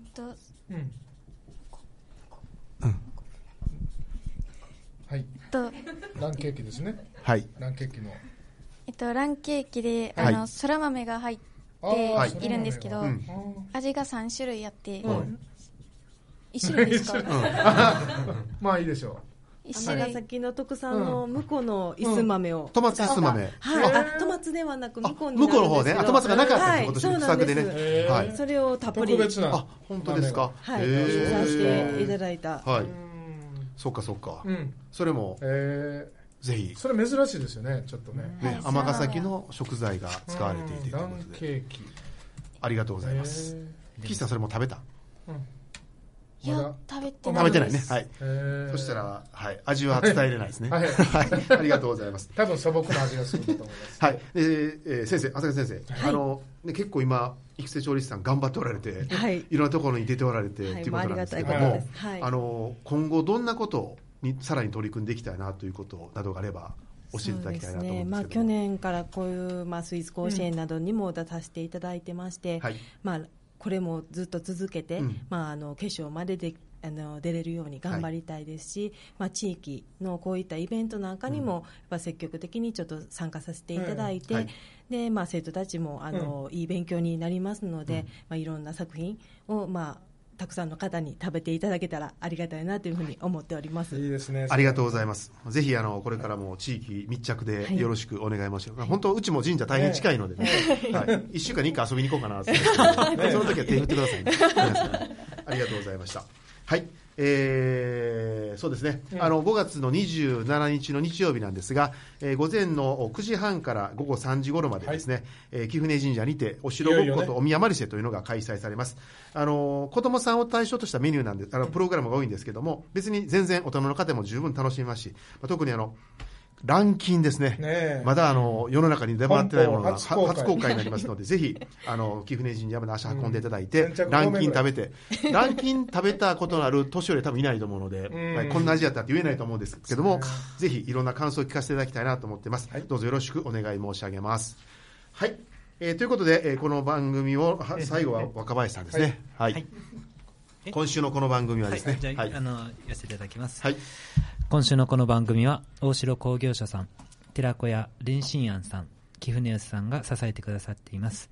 Speaker 1: っと、
Speaker 5: うん。はい。
Speaker 1: えっと、
Speaker 5: ランケーキですね。
Speaker 3: はい
Speaker 5: ランケーキの。
Speaker 1: えっと、ランケーキで、あ
Speaker 3: は
Speaker 1: の
Speaker 3: い、
Speaker 1: そら豆が入っ
Speaker 5: あー
Speaker 3: はい
Speaker 5: そう
Speaker 1: ているんですけど、
Speaker 5: なんだ
Speaker 3: うん
Speaker 1: 味が3種類あって、
Speaker 5: うん
Speaker 1: 一種類ですか
Speaker 5: まあいいでしょ
Speaker 1: 一種
Speaker 7: 尼
Speaker 1: 類。
Speaker 7: 崎の特産の向こうのいす豆を、
Speaker 3: トマツスマメ
Speaker 7: はい、
Speaker 5: へ
Speaker 7: あ
Speaker 5: ー
Speaker 7: トマツではなく
Speaker 3: あ
Speaker 7: 向こうにな
Speaker 3: 向こうの方ね
Speaker 7: るんですけど
Speaker 3: あトマツがなかったん
Speaker 7: は
Speaker 3: で
Speaker 7: い
Speaker 3: 今年
Speaker 7: そう
Speaker 3: 不
Speaker 7: なん
Speaker 3: 作
Speaker 7: です
Speaker 3: でね
Speaker 5: へー
Speaker 3: はい
Speaker 7: それをた
Speaker 5: う。
Speaker 7: っぷり
Speaker 5: 特別な。
Speaker 3: あ本当ですか
Speaker 7: はい、
Speaker 3: へ
Speaker 7: 刻
Speaker 3: ー
Speaker 7: んしていただいた、
Speaker 3: は
Speaker 5: う
Speaker 3: い
Speaker 5: ん。
Speaker 3: そっかそっか、
Speaker 5: うん。
Speaker 3: それも
Speaker 5: え
Speaker 3: ぜひ
Speaker 5: ー、それ珍しいですよね、ちょっとね。
Speaker 1: は
Speaker 3: ね
Speaker 1: い
Speaker 3: 尼崎の食材が使われていてと
Speaker 5: ラ
Speaker 3: いう
Speaker 5: ン
Speaker 3: こと
Speaker 5: ケ
Speaker 3: で
Speaker 5: ーキ。
Speaker 3: ありがとうございます岸さんそれも食べた
Speaker 1: い
Speaker 5: ま
Speaker 1: や
Speaker 5: だ、
Speaker 1: 食べてな
Speaker 3: 食べ
Speaker 1: い。
Speaker 3: てないねはい
Speaker 5: えー
Speaker 3: そした、ら、はい、味は伝えれないですね。
Speaker 5: は
Speaker 3: はいい、ありがとうございます。
Speaker 5: 多分素朴な味がすると思い ます。
Speaker 3: はい、えーえー先生、浅香先生、あの、ね、結構今、育成調理師さん頑張っておられて。
Speaker 7: はい
Speaker 3: いろんなところに出ておられて、
Speaker 7: はい
Speaker 3: っていうことなんですけど
Speaker 5: もうありがたい
Speaker 3: も
Speaker 5: こと
Speaker 7: で、すはい
Speaker 3: あの、今後どんなことにさらに取り組んでいきたいなということなどがあれば。教えていただきたいなと思うんですけど。
Speaker 7: まあ、去。年からこういう、まあ、スイーツ甲子園などにも出させていただいてまして、
Speaker 3: はい。
Speaker 7: まあ、これもずっと続けて、
Speaker 3: うん
Speaker 7: まあ、あの決勝までであの出れるように頑張りたいですし、まあ、地域のこういったイベントなんかにも、やっぱ積極的にちょっと参加させていただいて、
Speaker 3: うんはい
Speaker 7: でまあ、生徒たちもあの、いい勉強になりますので、まあ、いろんな作品を、まあ、たくさんの方に食べていただけたらありがたいなというふうに思っております。
Speaker 5: いいですね。
Speaker 3: ありがとうございます。ぜひ、あの、これからも地域密着でよろしくお願い申し上げます。本当、うちも神社大変近いのでね。はい。一週間に一回遊びに行こうかな って。その時は手振ってくださいね。皆さんありがとうございました。はい。えーそうですね、あの5月の27日の日曜日なんですが、えー午前の9時半から午後3時頃までですね、えー貴船神社にてお城ごっことお宮参りせというのが開催されます、あの子供さんを対象としたメニューなんであのプログラムが多いんですけども別に全然大人の方も十分楽しめますし、まあ特にあのランキンですね
Speaker 5: ねえ
Speaker 3: まだあの世の中に出回ってないものが
Speaker 5: 本邦初
Speaker 3: 初
Speaker 5: 公開
Speaker 3: 公開になりますのでぜひあの貴船神社まで足運んでいただい
Speaker 5: うん
Speaker 3: て、
Speaker 5: 先着
Speaker 3: ラン
Speaker 5: 5
Speaker 3: キ
Speaker 5: 名
Speaker 3: ン
Speaker 5: ぐら
Speaker 3: 食
Speaker 5: い
Speaker 3: べてランキン食べたことのある年寄りは多分いないと思うので、
Speaker 5: うん
Speaker 3: はいこんな味やったって言えないと思うんですけども、
Speaker 5: そう
Speaker 3: ぜひいろんな感想を聞かせていただきたいなと思ってます、
Speaker 5: はい
Speaker 3: どうぞよろしくお願い申し上げますはい、えーということで、えーこの番組をは最後は若林さんですねはい、
Speaker 4: はいえ
Speaker 3: 今週のこの番組はですね
Speaker 4: じゃあ、
Speaker 3: はい、
Speaker 4: あの寄せていただきます、
Speaker 3: はい
Speaker 4: 今週のこの番組は大城工業所さん寺子屋林心庵さん貴船吉さんが支えてくださっています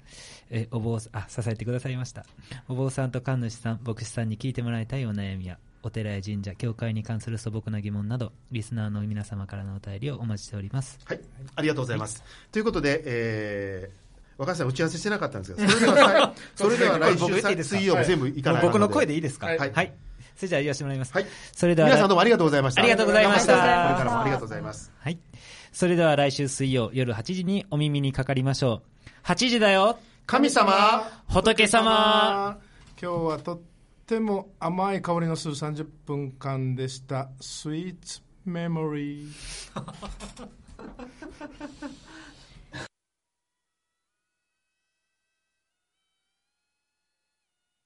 Speaker 4: えお坊さんあ支えてくださいましたお坊さんと神主さん牧師さんに聞いてもらいたいお悩みやお寺や神社教会に関する素朴な疑問などリスナーの皆様からのお便りをお待ちしております
Speaker 3: はい、ありがとうございます。ということで、えー、若林さん打ち合わせしてなかったんですけ ど、それではさい、それでは来
Speaker 4: 僕
Speaker 3: 週
Speaker 4: 言っていいです
Speaker 3: さ
Speaker 4: か
Speaker 3: 水曜日全部行かない
Speaker 4: 僕の声でいいですか
Speaker 5: はい
Speaker 3: はい
Speaker 4: それじゃあ言わせてもらいます、
Speaker 3: はい
Speaker 4: それでは
Speaker 3: 皆さんどうもありがとうございました。
Speaker 4: ありがとうございました
Speaker 3: これからもありがとうございます。
Speaker 4: はい。それでは来週水曜夜8時にお耳にかかりましょう。8時だよ
Speaker 3: 神様
Speaker 4: 仏様
Speaker 5: 今日はとっても甘い香りのする30分間でした。スイーツメモリー。